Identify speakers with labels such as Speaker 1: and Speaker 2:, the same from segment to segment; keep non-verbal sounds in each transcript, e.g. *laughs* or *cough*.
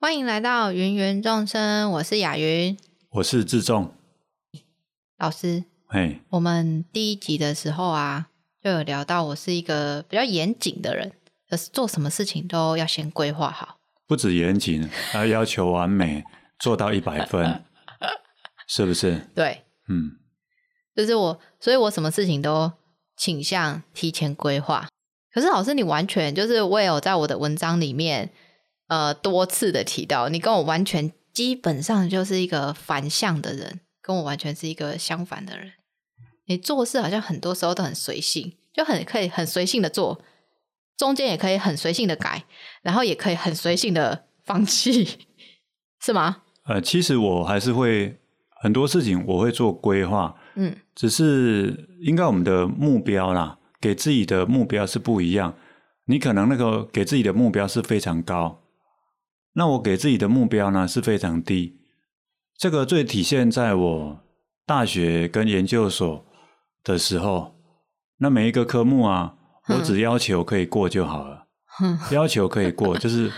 Speaker 1: 欢迎来到芸芸众生，我是雅云
Speaker 2: 我是志仲，
Speaker 1: 老师。
Speaker 2: 嘿，
Speaker 1: 我们第一集的时候啊，就有聊到我是一个比较严谨的人，就是做什么事情都要先规划好。
Speaker 2: 不止严谨，还要求完美，做到一百分，是不是？
Speaker 1: 对，
Speaker 2: 嗯，
Speaker 1: 就是我，所以我什么事情都倾向提前规划。可是老师，你完全就是我也有在我的文章里面，呃，多次的提到，你跟我完全基本上就是一个反向的人，跟我完全是一个相反的人。你做事好像很多时候都很随性，就很可以很随性的做，中间也可以很随性的改，然后也可以很随性的放弃， *laughs* 是吗？
Speaker 2: 呃，其实我还是会很多事情我会做规划，
Speaker 1: 嗯，
Speaker 2: 只是应该我们的目标啦，给自己的目标是不一样。你可能那个给自己的目标是非常高，那我给自己的目标呢是非常低。这个最体现在我大学跟研究所的时候，那每一个科目啊，
Speaker 1: 嗯
Speaker 2: 我只要求可以过就好了，
Speaker 1: 嗯
Speaker 2: 要求可以过就是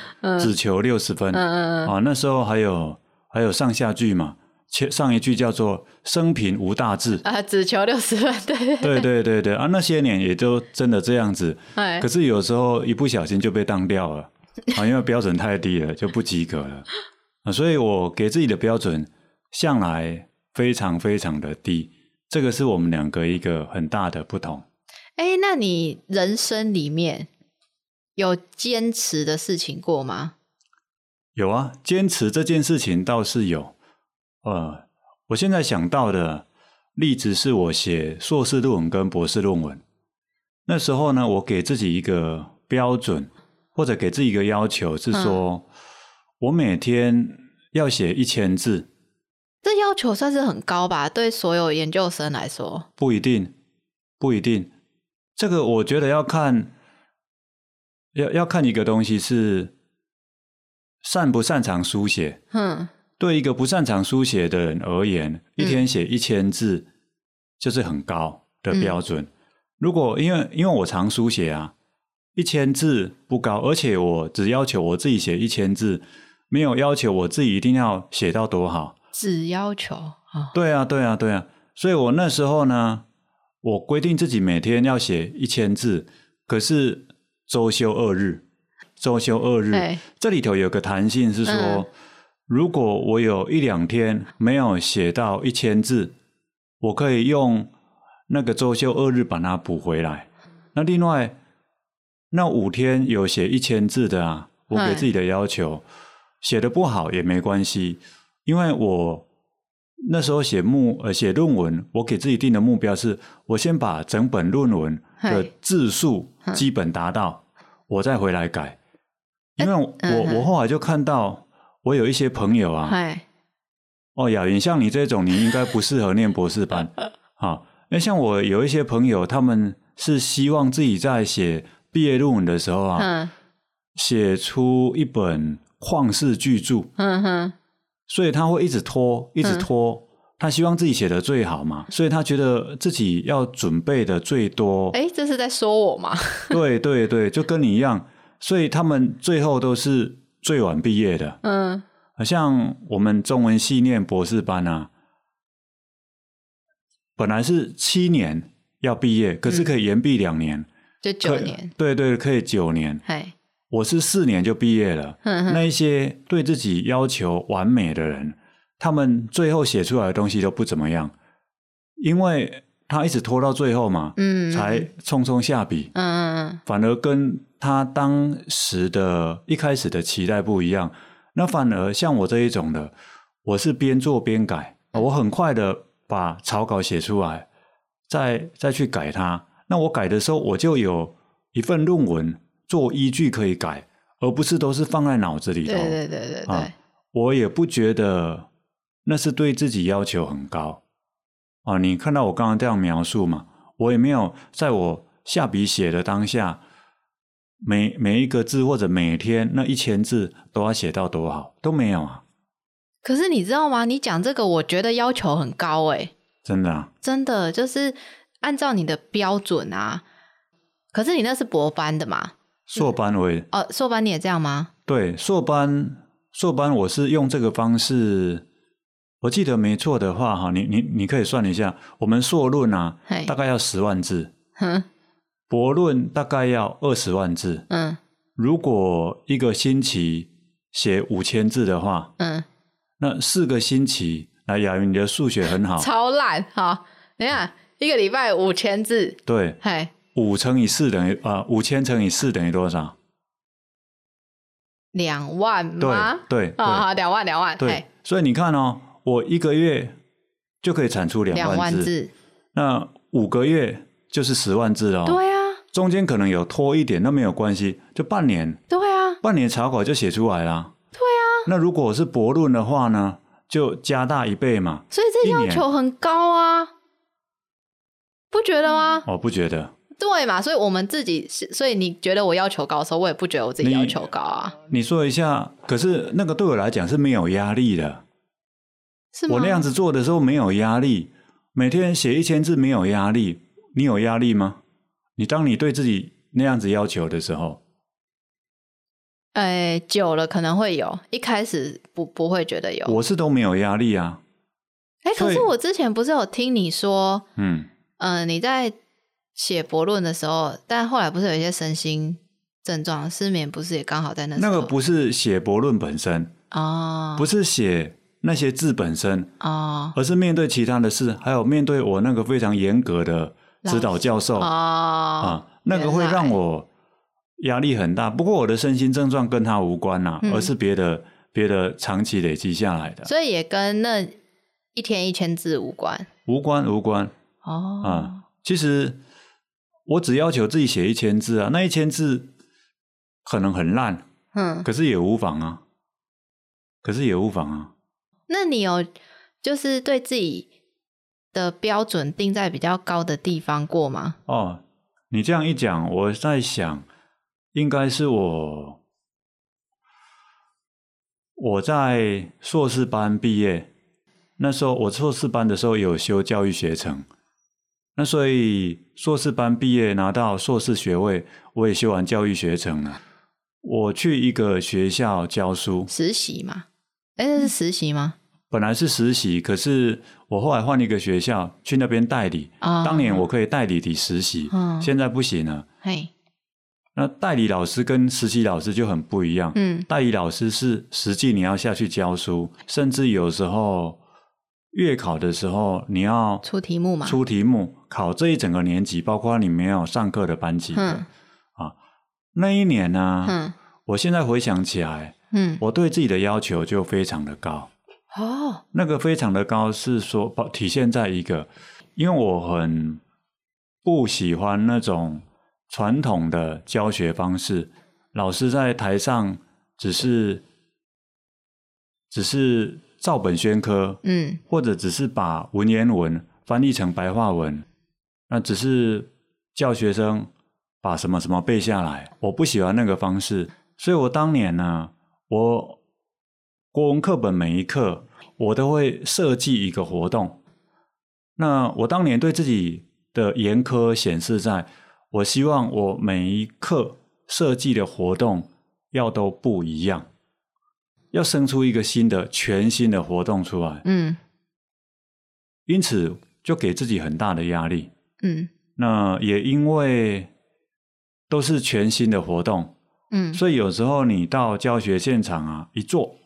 Speaker 2: 只求六十分。
Speaker 1: 嗯嗯
Speaker 2: 啊，那时候还有还有上下句嘛，前上一句叫做“生平无大志”，
Speaker 1: 啊，只求六十分， *laughs* 对，
Speaker 2: 对对对对啊，那些年也都真的这样子，
Speaker 1: 哎
Speaker 2: 可，是有时候一不小心就被当掉了啊，因为标准太低了，就不及格了啊，所以我给自己的标准向来非常非常的低，这个是我们两个一个很大的不同。
Speaker 1: 哎，那你人生里面有坚持的事情过吗？
Speaker 2: 有啊，坚持这件事情倒是有。呃，我现在想到的例子是我写硕士论文跟博士论文。那时候呢，我给自己一个标准，或者给自己一个要求，是说、我每天要写一千字，
Speaker 1: 这要求算是很高吧，对所有研究生来说。
Speaker 2: 不一定，不一定。这个我觉得要看，要要看一个东西是擅不擅长书写。
Speaker 1: 哼，
Speaker 2: 对一个不擅长书写的人而言，一天写一千字就是很高的标准。如果因为因为我常书写啊，一千字不高，而且我只要求我自己写一千字，没有要求我自己一定要写到多好。
Speaker 1: 只要求啊，
Speaker 2: 对啊，对啊，对啊。所以我那时候呢，我规定自己每天要写一千字，可是周休二日，周休二日。
Speaker 1: 对，
Speaker 2: 这里头有个弹性是说，
Speaker 1: 嗯
Speaker 2: 如果我有一两天没有写到一千字，我可以用那个周休二日把它补回来。那另外，那五天有写一千字的啊，我给
Speaker 1: 嗯
Speaker 2: 自己的要求，写的不好也没关系，因为我那时候写目呃写论文，我给自己定的目标是，我先把整本论文的
Speaker 1: 嗨
Speaker 2: 字数
Speaker 1: 嗯
Speaker 2: 基本达到，我再回来改。因为我、
Speaker 1: 嗯哼
Speaker 2: 我后来就看到，我有一些朋友啊，
Speaker 1: 哎，
Speaker 2: 哦，雅云，像你这种，你应该不适合念博
Speaker 1: *laughs*
Speaker 2: 士班啊。那像我有一些朋友，他们是希望自己在写毕业论文的时候啊，
Speaker 1: 嗯
Speaker 2: 写出一本旷世巨著，
Speaker 1: 嗯哼，
Speaker 2: 所以他会一直拖，一直
Speaker 1: 嗯
Speaker 2: 拖。他希望自己写的最好嘛，所以他觉得自己要准备的最多。
Speaker 1: 哎，这是在说我吗？ *laughs*
Speaker 2: 对对对，就跟你一样，所以他们最后都是最晚毕业的。
Speaker 1: 嗯，
Speaker 2: 好像我们中文系念博士班啊，本来是七年要毕业，可是可以延毕两年，
Speaker 1: 就
Speaker 2: 可
Speaker 1: 嗯九年，，
Speaker 2: 对对，可以九年。
Speaker 1: 哎，
Speaker 2: 我是四年就毕业了。
Speaker 1: 哼哼，
Speaker 2: 那一些对自己要求完美的人，他们最后写出来的东西都不怎么样，因为他一直拖到最后嘛，
Speaker 1: 嗯，
Speaker 2: 才
Speaker 1: 嗯
Speaker 2: 匆匆下笔。
Speaker 1: 嗯嗯
Speaker 2: 反而跟他当时的一开始的期待不一样。那反而像我这一种的，我是边做边改，我很快的把草稿写出来，再再去改它。那我改的时候，我就有一份论文做依据可以改，而不是都是放在脑子里头。
Speaker 1: 对对对对对
Speaker 2: 啊，我也不觉得那是对自己要求很高啊。你看到我刚刚这样描述嘛？我也没有在我下笔写的当下，每每一个字或者每天那一千字都要写到多好，都没有啊，
Speaker 1: 可是你知道吗？你讲这个，我觉得要求很高哎、
Speaker 2: 真的啊，
Speaker 1: 真的就是按照你的标准啊。可是你那是博班的嘛？
Speaker 2: 硕班为
Speaker 1: 哦，硕班你也这样吗？
Speaker 2: 对硕班，硕班我是用这个方式，我记得没错的话哈，你你你可以算一下，我们硕论啊
Speaker 1: 嘿
Speaker 2: 大，概要十万字，
Speaker 1: 哼，
Speaker 2: 博论大概要二十万字。
Speaker 1: 嗯
Speaker 2: 如果一个星期写五千字的话，
Speaker 1: 嗯，那
Speaker 2: 那四个星期，那雅云你的数学很好，
Speaker 1: 超烂哈。等一下，一个礼拜五千字，
Speaker 2: 对，
Speaker 1: 嘿，
Speaker 2: 五乘以四等于啊，五、0千乘以四等于多少？
Speaker 1: 两万
Speaker 2: 对
Speaker 1: 吗？
Speaker 2: 对对、
Speaker 1: 啊，好两万两万，
Speaker 2: 对
Speaker 1: 嘿，，
Speaker 2: 所以你看哦，我一个月就可以产出两
Speaker 1: 两
Speaker 2: 万
Speaker 1: 万
Speaker 2: 字，
Speaker 1: 字，
Speaker 2: 那五个月就是十万字哦。
Speaker 1: 对啊，
Speaker 2: 中间可能有拖一点，那没有关系，就半年，
Speaker 1: 对啊，
Speaker 2: 半年草稿就写出来啦。对啊。那如果是博论的话呢，就加大一倍嘛。
Speaker 1: 所以这
Speaker 2: 一
Speaker 1: 要
Speaker 2: 年
Speaker 1: 求很高啊，不觉得吗？
Speaker 2: 哦我不觉得，
Speaker 1: 对嘛，所以我们自己是，所以你觉得我要求高的时候，我也不觉得我自己
Speaker 2: 你
Speaker 1: 要求高啊，
Speaker 2: 你说一下，可是那个对我来讲是没有压力的。
Speaker 1: 是吗？
Speaker 2: 我那样子做的时候没有压力，每天写一千字没有压力。你有压力吗？你当你对自己那样子要求的时候，
Speaker 1: 哎，久了可能会有，一开始不不会觉得有。
Speaker 2: 我是都没有压力啊。
Speaker 1: 哎，
Speaker 2: 所
Speaker 1: 可
Speaker 2: 以
Speaker 1: 是我之前不是有听你说，
Speaker 2: 嗯，
Speaker 1: 嗯、你在写博论的时候，但后来不是有一些身心症状，失眠不是也刚好在那时
Speaker 2: 那
Speaker 1: 候？
Speaker 2: 个不是写博论本身，
Speaker 1: 哦，
Speaker 2: 不是写那些字本身，
Speaker 1: 哦
Speaker 2: 而是面对其他的事，还有面对我那个非常严格的指导教授啊、
Speaker 1: 哦，
Speaker 2: 那个会
Speaker 1: 原来
Speaker 2: 让我压力很大。不过我的身心症状跟他无关呐、
Speaker 1: 嗯
Speaker 2: 而是别的别的长期累积下来的，
Speaker 1: 所以也跟那一天一千字无关
Speaker 2: 无关无关
Speaker 1: 哦。
Speaker 2: 啊、其实我只要求自己写一千字啊，那一千字可能很烂，
Speaker 1: 嗯，
Speaker 2: 可是也无妨啊，可是也无妨啊。
Speaker 1: 那你有就是对自己的标准定在比较高的地方过吗？
Speaker 2: 哦，你这样一讲，我在想，应该是我我在硕士班毕业那时候，我硕士班的时候有修教育学程，那所以硕士班毕业拿到硕士学位，我也修完教育学程了。我去一个学校教书，
Speaker 1: 实习嘛？哎，那是实习吗？
Speaker 2: 本来是实习，可是我后来换一个学校去那边代理。
Speaker 1: 啊、
Speaker 2: 当年我可以代理你实习，
Speaker 1: 嗯
Speaker 2: 现在不行了。
Speaker 1: 嘿，
Speaker 2: 那代理老师跟实习老师就很不一样。
Speaker 1: 嗯
Speaker 2: 代理老师是实际你要下去教书，甚至有时候月考的时候你要
Speaker 1: 出题目嘛
Speaker 2: 出题目考这一整个年级，包括你没有上课的班级的啊
Speaker 1: 嗯
Speaker 2: 那一年呢、
Speaker 1: 嗯
Speaker 2: 我现在回想起来，
Speaker 1: 嗯，
Speaker 2: 我对自己的要求就非常的高。
Speaker 1: 哦，
Speaker 2: 那个非常的高是说包体现在一个，因为我很不喜欢那种传统的教学方式，老师在台上只是只是照本宣科，
Speaker 1: 嗯
Speaker 2: 或者只是把文言文翻译成白话文，那只是叫学生把什么什么背下来。我不喜欢那个方式，所以我当年呢，我国文课本每一课我都会设计一个活动。那我当年对自己的严苛显示在，我希望我每一课设计的活动要都不一样，要生出一个新的、全新的活动出来。
Speaker 1: 嗯
Speaker 2: 因此就给自己很大的压力。
Speaker 1: 嗯
Speaker 2: 那也因为都是全新的活动，
Speaker 1: 嗯，
Speaker 2: 所以有时候你到教学现场啊，一做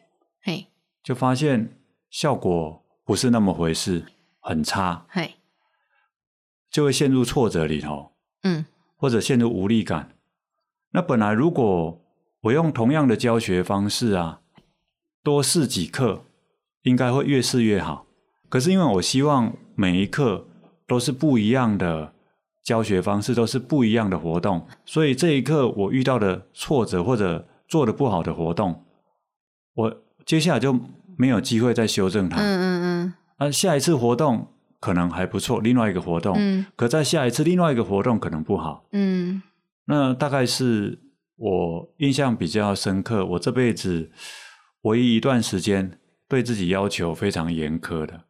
Speaker 1: 嘿
Speaker 2: 就发现效果不是那么回事，很差，
Speaker 1: 嘿，
Speaker 2: 就会陷入挫折里头，
Speaker 1: 嗯
Speaker 2: 或者陷入无力感。那本来如果我用同样的教学方式啊，多试几课，应该会越试越好。可是因为我希望每一课都是不一样的教学方式，都是不一样的活动，所以这一课我遇到的挫折或者做的不好的活动，我接下来就没有机会再修正
Speaker 1: 嗯
Speaker 2: 它。
Speaker 1: 嗯
Speaker 2: 啊，下一次活动可能还不错，另外一个活动，
Speaker 1: 嗯
Speaker 2: 可在下一次另外一个活动可能不好。
Speaker 1: 嗯嗯
Speaker 2: 那大概是我印象比较深刻，我这辈子唯一一段时间对自己要求非常严苛的。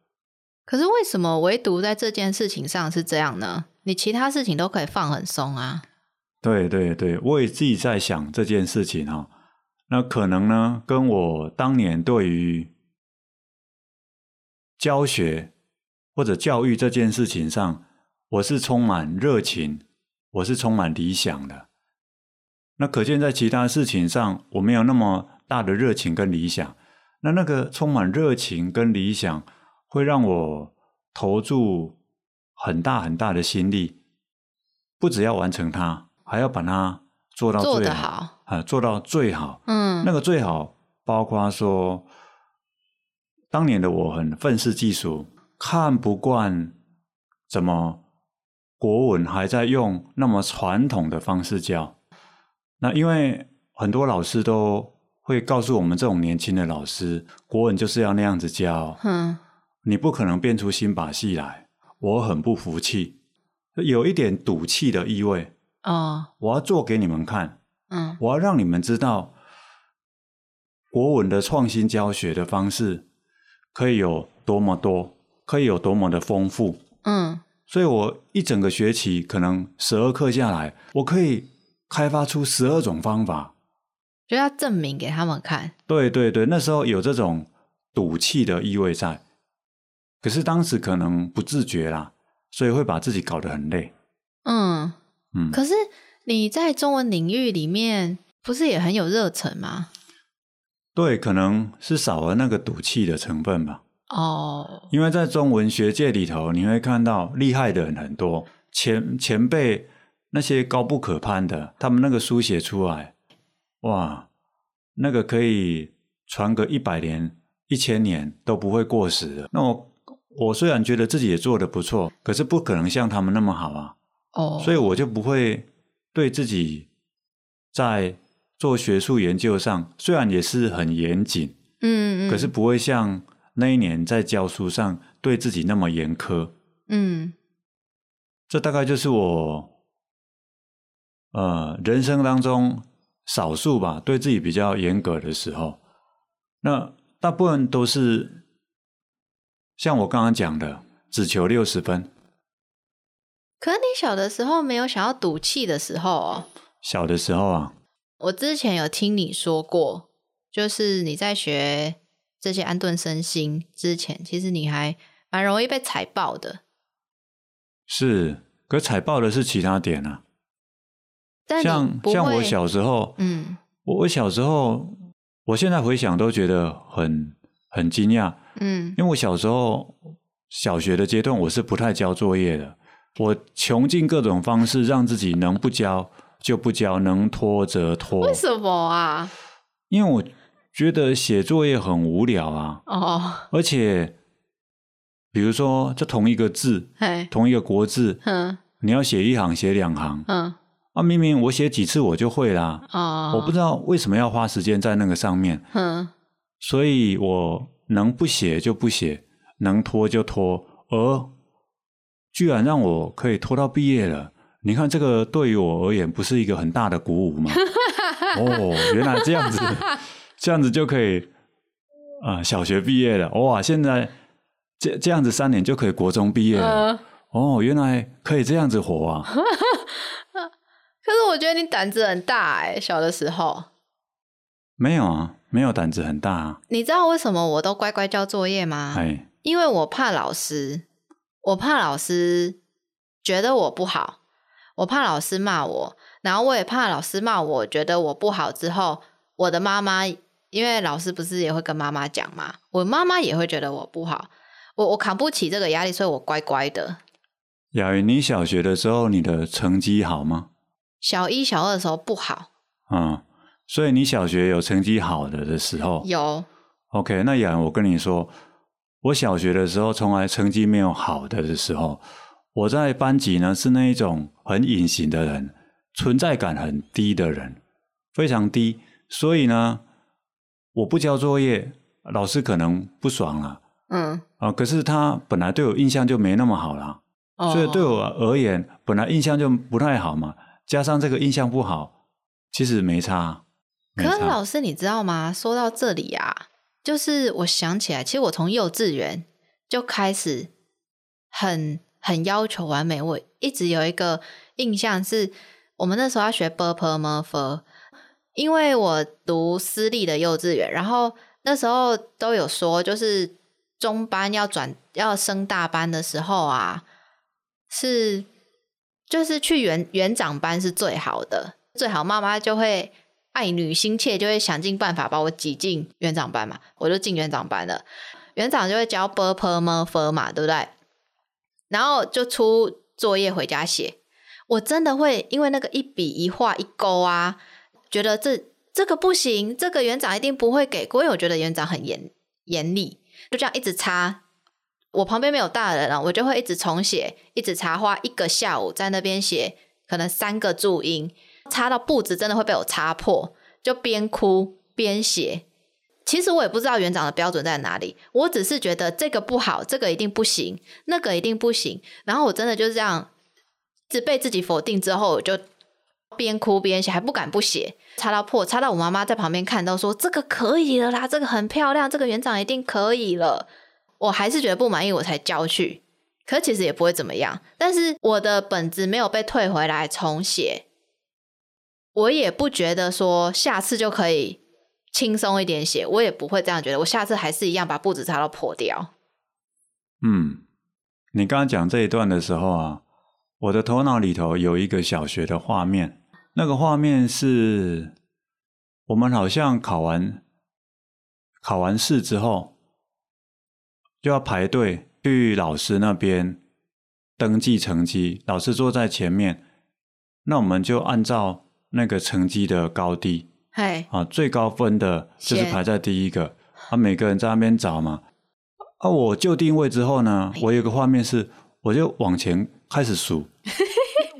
Speaker 1: 可是为什么唯独在这件事情上是这样呢？你其他事情都可以放很松啊。
Speaker 2: 对对对，我也自己在想这件事情哈、哦。那可能呢，跟我当年对于教学或者教育这件事情上，我是充满热情，我是充满理想的。那可见在其他事情上，我没有那么大的热情跟理想。那那个充满热情跟理想，会让我投注很大很大的心力，不只要完成它，还要把它做到
Speaker 1: 做
Speaker 2: 最
Speaker 1: 得
Speaker 2: 好。
Speaker 1: 好，
Speaker 2: 哦啊，做到最好。
Speaker 1: 嗯，
Speaker 2: 那个最好包括说，当年的我很愤世嫉俗，看不惯怎么国文还在用那么传统的方式教。那因为很多老师都会告诉我们，这种年轻的老师，国文就是要那样子教。
Speaker 1: 嗯
Speaker 2: 你不可能变出新把戏来，我很不服气，有一点赌气的意味。
Speaker 1: 哦
Speaker 2: 我要做给你们看，
Speaker 1: 嗯
Speaker 2: 我要让你们知道，国文的创新教学的方式可以有多么多，可以有多么的丰富。
Speaker 1: 嗯
Speaker 2: 所以我一整个学期可能十二课下来，我可以开发出十二种方法。
Speaker 1: 就要证明给他们看，
Speaker 2: 对对对，那时候有这种赌气的意味在，可是当时可能不自觉啦，所以会把自己搞得很累。
Speaker 1: 嗯，
Speaker 2: 嗯，
Speaker 1: 可是你在中文领域里面不是也很有热忱吗？
Speaker 2: 对，可能是少了那个赌气的成分吧。
Speaker 1: 哦，
Speaker 2: 因为在中文学界里头，你会看到厉害的人很多，前前辈那些高不可攀的，他们那个书写出来，哇，那个可以传个一百年、一千年都不会过时的。那我我虽然觉得自己也做得不错，可是不可能像他们那么好啊，
Speaker 1: 哦，
Speaker 2: 所以
Speaker 1: 以
Speaker 2: 我就不会对自己在做学术研究上，虽然也是很严谨，
Speaker 1: 嗯嗯，
Speaker 2: 可是不会像那一年在教书上对自己那么严苛。
Speaker 1: 嗯
Speaker 2: 这大概就是我呃人生当中少数吧，对自己比较严格的时候。那大部分都是像我刚刚讲的，只求六十分。
Speaker 1: 可是你小的时候没有想要赌气的时候哦。
Speaker 2: 小的时候啊，
Speaker 1: 我之前有听你说过，就是你在学这些安顿身心之前，其实你还蛮容易被踩爆的。
Speaker 2: 是可踩爆的是其他点啊，
Speaker 1: 但你
Speaker 2: 像
Speaker 1: 不
Speaker 2: 像我
Speaker 1: 会
Speaker 2: 小时候，
Speaker 1: 嗯
Speaker 2: 我我小时候，我现在回想都觉得很很惊讶。
Speaker 1: 嗯
Speaker 2: 因为我小时候小学的阶段，我是不太交作业的，我穷尽各种方式让自己能不交就不交，能拖则拖
Speaker 1: 为。什么啊？
Speaker 2: 因为我觉得写作业很无聊啊，
Speaker 1: 哦，
Speaker 2: 而且比如说这同一个字，
Speaker 1: 嘿，
Speaker 2: 同一个国字，
Speaker 1: 嗯
Speaker 2: 你要写一行写两行
Speaker 1: 嗯
Speaker 2: 啊，明明我写几次我就会啦，
Speaker 1: 哦，
Speaker 2: 我不知道为什么要花时间在那个上面。
Speaker 1: 嗯
Speaker 2: 所以我能不写就不写，能拖就拖，而居然让我可以拖到毕业了。你看，这个对于我而言不是一个很大的鼓舞吗？哦，原来这样子，这样子就可以啊、呃小学毕业了。哇，现在这这样子三年就可以国中毕业了。
Speaker 1: 呃，
Speaker 2: 哦，原来可以这样子活啊！
Speaker 1: 可是我觉得你胆子很大哎、小的时候，
Speaker 2: 没有啊，没有胆子很大
Speaker 1: *laughs*
Speaker 2: 啊。
Speaker 1: 你知道为什么我都乖乖交作业吗？
Speaker 2: 哎，
Speaker 1: 因为我怕老师，我怕老师觉得我不好，我怕老师骂我，然后我也怕老师骂我，觉得我不好之后，我的妈妈，因为老师不是也会跟妈妈讲嘛，我妈妈也会觉得我不好，我我扛不起这个压力，所以我乖乖的。
Speaker 2: 雅云，你小学的时候你的成绩好吗？
Speaker 1: 小一、小二的时候不好，
Speaker 2: 嗯，所以你小学有成绩好的的时候
Speaker 1: 有
Speaker 2: ，OK，那雅，我跟你说，我小学的时候从来成绩没有好的的时候，我在班级呢是那一种很隐形的人，存在感很低的人，非常低，所以呢，我不交作业，老师可能不爽了
Speaker 1: 嗯，
Speaker 2: 啊、可是他本来对我印象就没那么好啦，
Speaker 1: 哦
Speaker 2: 所以对我而言，本来印象就不太好嘛，加上这个印象不好，其实没差。没
Speaker 1: 可是
Speaker 2: 差。
Speaker 1: 老师，你知道吗？说到这里啊，就是我想起来，其实我从幼稚园就开始很很要求完美。我一直有一个印象是，我们那时候要学 b u r p l e m u r f e 因为我读私立的幼稚园，然后那时候都有说，就是中班要转要升大班的时候啊，是就是去园园长班是最好的，最好妈妈就会爱女心切，就会想尽办法把我挤进园长班嘛，我就进园长班了。园长就会教 b p m f 嘛，对不对？然后就出作业回家写。我真的会因为那个一笔一画一勾啊，觉得这这个不行，这个园长一定不会给过，因为我觉得园长很严严厉，就这样一直擦。我旁边没有大人啊，我就会一直重写，一直擦，花一个下午在那边写，可能三个注音，擦到布子真的会被我擦破，就边哭边写。其实我也不知道园长的标准在哪里，我只是觉得这个不好，这个一定不行，那个一定不行。然后我真的就是这样一直被自己否定之后，我就边哭边写，还不敢不写，擦到破，擦到我妈妈在旁边看到说：“这个可以了啦，这个很漂亮，这个园长一定可以了。”我还是觉得不满意，我才交去。可其实也不会怎么样，但是我的本子没有被退回来重写，我也不觉得说下次就可以轻松一点写，我也不会这样觉得。我下次还是一样把布子擦到破掉。
Speaker 2: 嗯，你刚刚讲这一段的时候啊，我的头脑里头有一个小学的画面，那个画面是我们好像考完考完试之后就要排队去老师那边登记成绩，老师坐在前面，那我们就按照那个成绩的高低，
Speaker 1: 嘿，
Speaker 2: 啊，最高分的就是
Speaker 1: 先
Speaker 2: 排在第一个，啊，每个人在那边找嘛。啊，我就定位之后呢，我有个画面是，我就往前开始数。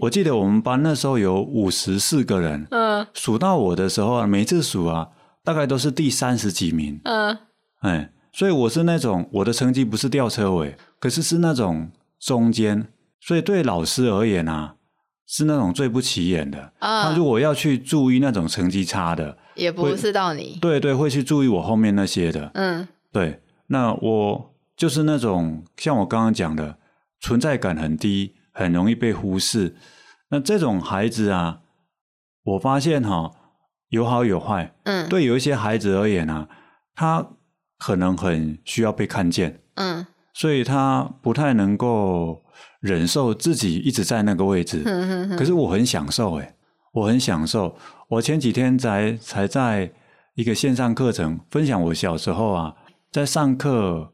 Speaker 2: 我记得我们班那时候有五十四个人，
Speaker 1: 嗯
Speaker 2: 数到我的时候啊，每次数啊，大概都是第三十几名。
Speaker 1: 嗯，
Speaker 2: 哎，所以我是那种我的成绩不是吊车尾，可是是那种中间，所以对老师而言啊，是那种最不起眼的。他
Speaker 1: 啊、
Speaker 2: 如果要去注意那种成绩差的，
Speaker 1: 也不是到你，
Speaker 2: 对对，会去注意我后面那些的。
Speaker 1: 嗯
Speaker 2: 对，那我就是那种像我刚刚讲的，存在感很低，很容易被忽视。那这种孩子啊，我发现哈、有好有坏。
Speaker 1: 嗯，，
Speaker 2: 对有一些孩子而言啊，他可能很需要被看见，
Speaker 1: 嗯
Speaker 2: 所以他不太能够忍受自己一直在那个位置。
Speaker 1: 哼哼哼，
Speaker 2: 可是我很享受诶、我很享受。我前几天才才在一个线上课程分享我小时候啊，在上课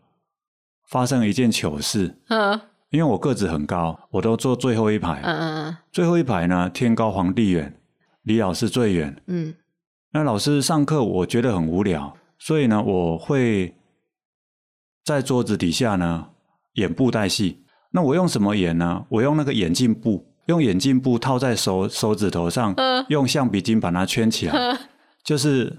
Speaker 2: 发生一件糗事，
Speaker 1: 嗯
Speaker 2: 因为我个子很高，我都坐最后一排，
Speaker 1: 嗯嗯
Speaker 2: 最后一排呢天高皇帝远，离老师最远。
Speaker 1: 嗯
Speaker 2: 那老师上课我觉得很无聊，所以呢，我会在桌子底下呢演布袋戏。那我用什么演呢？我用那个眼镜布，用眼镜布套在手手指头上，
Speaker 1: 嗯
Speaker 2: 用橡皮筋把它圈起来，
Speaker 1: 嗯
Speaker 2: 就是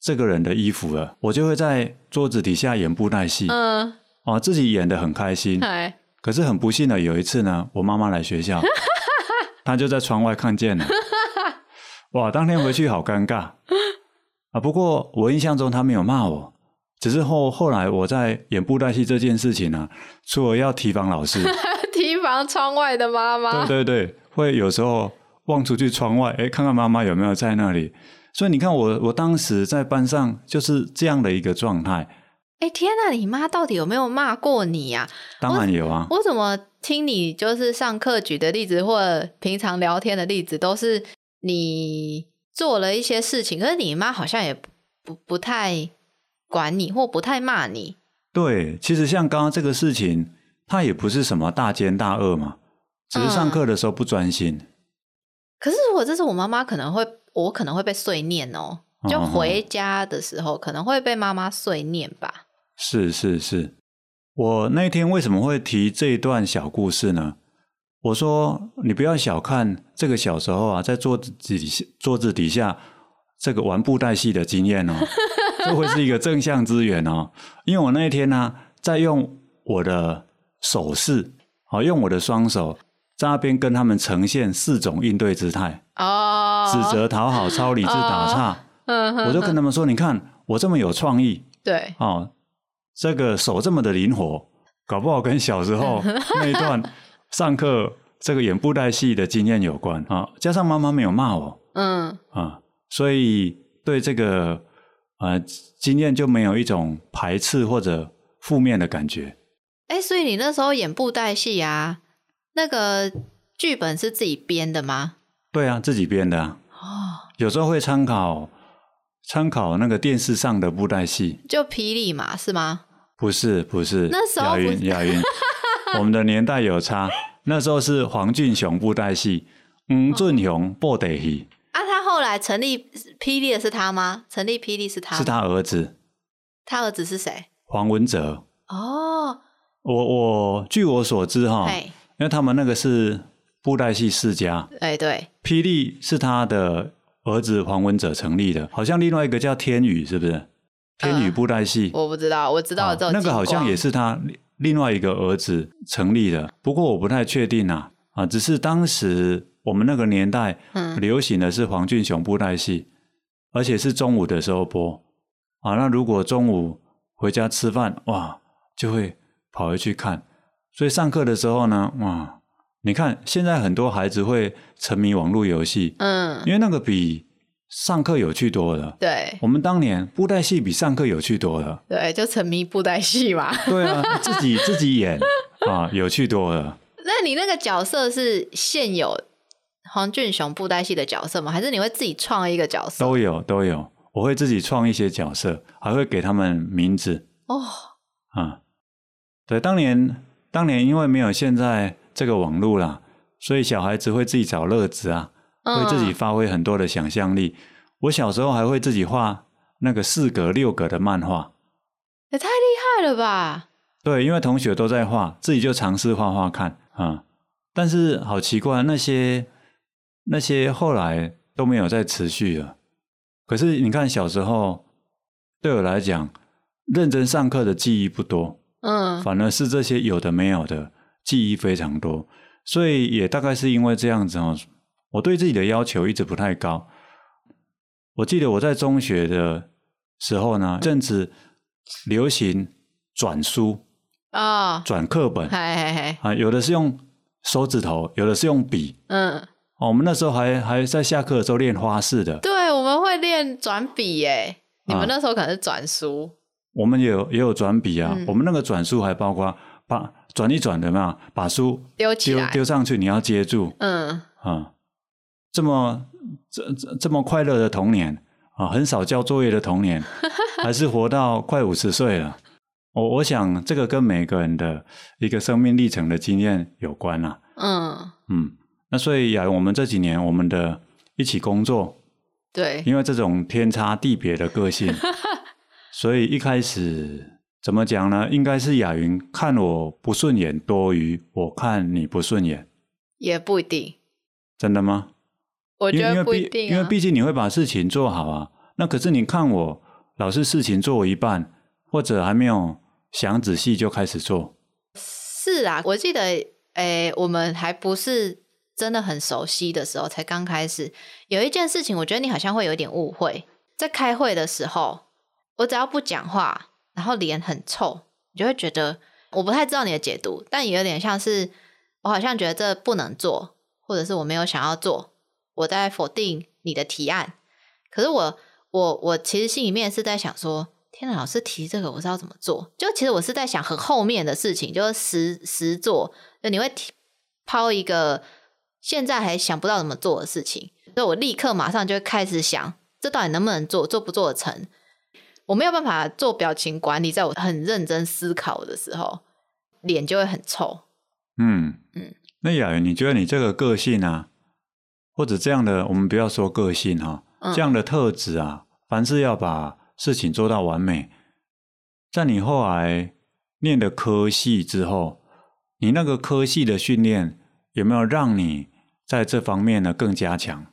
Speaker 2: 这个人的衣服了。我就会在桌子底下演布袋戏，
Speaker 1: 嗯，
Speaker 2: 哦，自己演的很开心。
Speaker 1: 哎，
Speaker 2: 可是很不幸的，有一次呢，我妈妈来学校，她就在窗外看见了。哇，当天回去好尴尬啊！不过我印象中她没有骂我，只是后后来我在演布袋戏这件事情呢、除了要提防老师，
Speaker 1: *laughs* 提防窗外的妈妈，
Speaker 2: 对对对，会有时候望出去窗外，哎，看看妈妈有没有在那里。所以你看我，我当时在班上就是这样的一个状态。
Speaker 1: 哎、天哪、你妈到底有没有骂过你呀、
Speaker 2: 当然有啊，
Speaker 1: 我怎么听你就是上课举的例子，或者平常聊天的例子，都是你做了一些事情，可是你妈好像也不不不太管你，或不太骂你。
Speaker 2: 对，其实像刚刚这个事情，他也不是什么大奸大恶嘛，只是上课的时候不专心。
Speaker 1: 可是如果这是我妈妈，可能会我可能会被碎念哦，就
Speaker 2: 哦
Speaker 1: 回家的时候可能会被妈妈碎念吧。
Speaker 2: 是是是，我那天为什么会提这一段小故事呢？我说你不要小看这个小时候啊，在桌子底下桌子底下这个玩布袋戏的经验哦， *laughs* 这会是一个正向资源哦。因为我那一天呢、在用我的手势，好、用我的双手在那边跟他们呈现四种应对姿态。
Speaker 1: 哦，
Speaker 2: 指，责、讨好、超理智、打岔，
Speaker 1: 嗯哼，
Speaker 2: 我就跟他们说：“你看我这么有创意
Speaker 1: 对，
Speaker 2: 哦，这个手这么的灵活，搞不好跟小
Speaker 1: *laughs*
Speaker 2: 时候那一段上课这个演哦布袋戏的经验有关啊。加上妈妈没有骂我
Speaker 1: 嗯
Speaker 2: 啊，所以对这个呃经验就没有一种排斥或者负面的感觉。
Speaker 1: 哎，所以你那时候演布袋戏啊，那个剧本是自己编的吗？
Speaker 2: 对啊，自己编的、啊，
Speaker 1: 哦，
Speaker 2: 有时候会参考参考那个电视上的布袋戏，
Speaker 1: 就霹雳嘛，是吗？
Speaker 2: 不是不是，
Speaker 1: 那时候
Speaker 2: 亚
Speaker 1: 不
Speaker 2: 运
Speaker 1: 是
Speaker 2: 亚运，我们的年代有差，那时候是黄俊雄布袋戏，
Speaker 1: 哦
Speaker 2: 吴俊雄布袋戏
Speaker 1: 啊，他后来成立霹雳的是他吗？成立霹雳是他吗，
Speaker 2: 是他儿子
Speaker 1: 他儿子是谁？
Speaker 2: 黄文哲。
Speaker 1: 哦，
Speaker 2: 我我据我所知哈，
Speaker 1: 哎、
Speaker 2: 因为他们那个是布袋戏世家，
Speaker 1: 哎，对，
Speaker 2: 霹雳是他的儿子黄文哲成立的，好像另外一个叫天宇，是不是？天宇
Speaker 1: 嗯
Speaker 2: 布袋戏、
Speaker 1: 我不知道，我知道
Speaker 2: 啊
Speaker 1: 这种、
Speaker 2: 那个好像也，是他另另外一个儿子成立的，不过我不太确定啊啊，只是当时我们那个年代
Speaker 1: 嗯，
Speaker 2: 流行的是黄俊雄布袋戏，而且是中午的时候播啊。那如果中午回家吃饭，哇，就会跑回去看。所以上课的时候呢，哇，你看现在很多孩子会沉迷网络游戏，
Speaker 1: 嗯，
Speaker 2: 因为那个比上课有趣多了。
Speaker 1: 对，
Speaker 2: 我们当年布袋戏比上课有趣多了。
Speaker 1: 对，就沉迷布袋戏嘛。
Speaker 2: 对啊，自己自己演啊，有趣多了。
Speaker 1: 那你那个角色是现有黄俊雄布袋戏的角色吗？还是你会自己创一个角色？
Speaker 2: 都有都有，我会自己创一些角色，还会给他们名字
Speaker 1: 哦，
Speaker 2: 啊。对，当年当年因为没有现在这个网络啦，所以小孩子会自己找乐子啊，会自己
Speaker 1: 嗯、
Speaker 2: 发挥很多的想象力。我小时候还会自己画那个四格六格的漫画，
Speaker 1: 也太厉害了吧！
Speaker 2: 对，因为同学都在画，自己就尝试画画看啊、但是好奇怪，那些那些后来都没有再持续了。可是你看，小时候对我来讲，认真上课的记忆不多，
Speaker 1: 嗯，
Speaker 2: 反而是这些有的没有的记忆非常多。所以也大概是因为这样子哦，我对自己的要求一直不太高。我记得我在中学的时候呢，甚至流行转书。
Speaker 1: 哦，
Speaker 2: 转课本
Speaker 1: 嘿嘿嘿，
Speaker 2: 啊，有的是用手指头，有的是用笔。
Speaker 1: 嗯，
Speaker 2: 哦，我们那时候还还在下课的时候练花式的，
Speaker 1: 对，我们会练转笔耶。你们
Speaker 2: 啊
Speaker 1: 那时候可能是转书，
Speaker 2: 我们也有也有转笔啊。
Speaker 1: 嗯
Speaker 2: 我们那个转书还包括把转一转的嘛，把书
Speaker 1: 丢起
Speaker 2: 丢
Speaker 1: 来，
Speaker 2: 丢上去，你要接住
Speaker 1: 嗯，
Speaker 2: 啊。这么这这这么快乐的童年啊，很少交作业的
Speaker 1: *laughs*
Speaker 2: 童年，还是活到快五十岁了。我我想这个跟每个人的一个生命历程的经验有关啊啦、
Speaker 1: 嗯，
Speaker 2: 嗯，那所以呀，我们这几年我们的一起工作，
Speaker 1: 对，
Speaker 2: 因为这种天差地别的个
Speaker 1: *laughs*
Speaker 2: 性，所以一开始怎么讲呢？应该是雅云看我不顺眼多于我看你不顺眼，
Speaker 1: 也不一定，
Speaker 2: 真的吗？
Speaker 1: 我觉得
Speaker 2: 因为因
Speaker 1: 不
Speaker 2: 为
Speaker 1: 一
Speaker 2: 毕
Speaker 1: 定、啊
Speaker 2: 因为毕竟你会把事情做好啊。那可是你看我老是事情做一半，或者还没有想仔细就开始做，
Speaker 1: 是啊，我记得，诶、我们还不是真的很熟悉的时候，才刚开始。有一件事情，我觉得你好像会有一点误会。在开会的时候，我只要不讲话，然后脸很臭，你就会觉得我不太知道你的解读，但也有点像是我好像觉得这不能做，或者是我没有想要做，我在否定你的提案。可是我，我，我其实心里面是在想说，天哪，啊老师提这个我是要怎么做？就其实我是在想很后面的事情，就是实实做，就你会提抛一个现在还想不到怎么做的事情，所以我立刻马上就会开始想，这到底能不能做，做不做得成？我没有办法做表情管理，在我很认真思考的时候，脸就会很臭。
Speaker 2: 嗯
Speaker 1: 嗯，
Speaker 2: 那雅云，你觉得你这个个性啊，或者这样的，我们不要说个性哈、
Speaker 1: 嗯
Speaker 2: 这样的特质啊，凡事要把事情做到完美，在你后来念的科系之后，你那个科系的训练有没有让你在这方面呢更加强？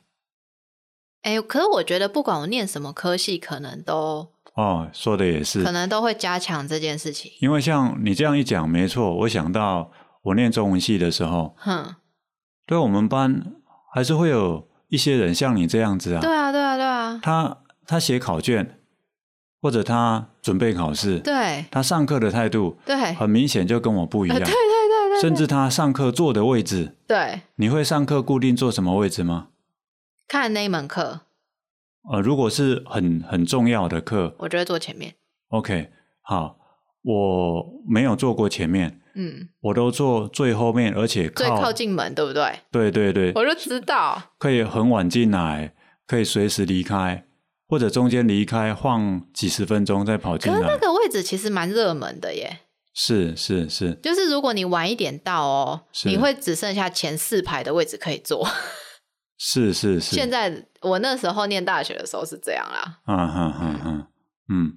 Speaker 1: 哎、可是我觉得不管我念什么科系，可能都
Speaker 2: 哦，说的也
Speaker 1: 可
Speaker 2: 是，
Speaker 1: 能都会加强这件事情。
Speaker 2: 因为像你这样一讲，没错，我想到我念中文系的时候，
Speaker 1: 哼，
Speaker 2: 对我们班还是会有一些人像你这样子啊，
Speaker 1: 对啊，对啊，对啊，
Speaker 2: 他他写考卷，或者他准备考试，
Speaker 1: 对
Speaker 2: 他上课的态度
Speaker 1: 对，
Speaker 2: 很明显就跟我不一
Speaker 1: 呃
Speaker 2: 样
Speaker 1: 对对。对对，
Speaker 2: 甚至他上课坐的位置，
Speaker 1: 对，
Speaker 2: 你会上课固定坐什么位置吗？
Speaker 1: 看那一门课，
Speaker 2: 呃，如果是很很重要的课
Speaker 1: 我就会坐前面。
Speaker 2: ，OK，好，我没有做过前面，
Speaker 1: 嗯，
Speaker 2: 我都做最后面，而且靠
Speaker 1: 最靠近门，对不对？
Speaker 2: 对对对，
Speaker 1: 我就知道，
Speaker 2: 可以很晚进来，可以随时离开，或者中间离开晃几十分钟再跑进
Speaker 1: 可是那
Speaker 2: 来。
Speaker 1: 个位置其实蛮热门的耶。
Speaker 2: 是是是，
Speaker 1: 就是如果你晚一点到哦，
Speaker 2: 是
Speaker 1: 你会只剩下前四排的位置可以坐。
Speaker 2: 是是是，
Speaker 1: 现在我那时候念大学的时候是这样啦，
Speaker 2: 嗯哼哼哼，嗯。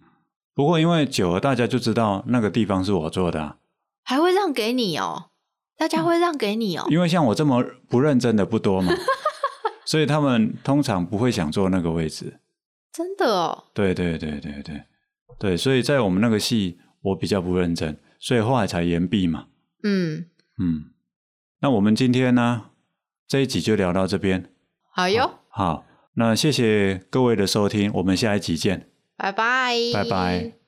Speaker 2: 不过因为久了，大家就知道那个地方是我做的、啊，
Speaker 1: 还会让给你哦，大
Speaker 2: 嗯
Speaker 1: 家会让给你哦。
Speaker 2: 因为像我这么不认真的不多嘛，所以他们通常不会想坐那个位置。
Speaker 1: 真的哦，
Speaker 2: 对对对对对对，所以在我们那个系，我比较不认真，所以后来才延毕嘛。
Speaker 1: 嗯，
Speaker 2: 嗯，那我们今天呢这一集就聊到这边。
Speaker 1: 好哟，
Speaker 2: 好，那谢谢各位的收听，我们下一集见，
Speaker 1: 拜拜，
Speaker 2: 拜拜。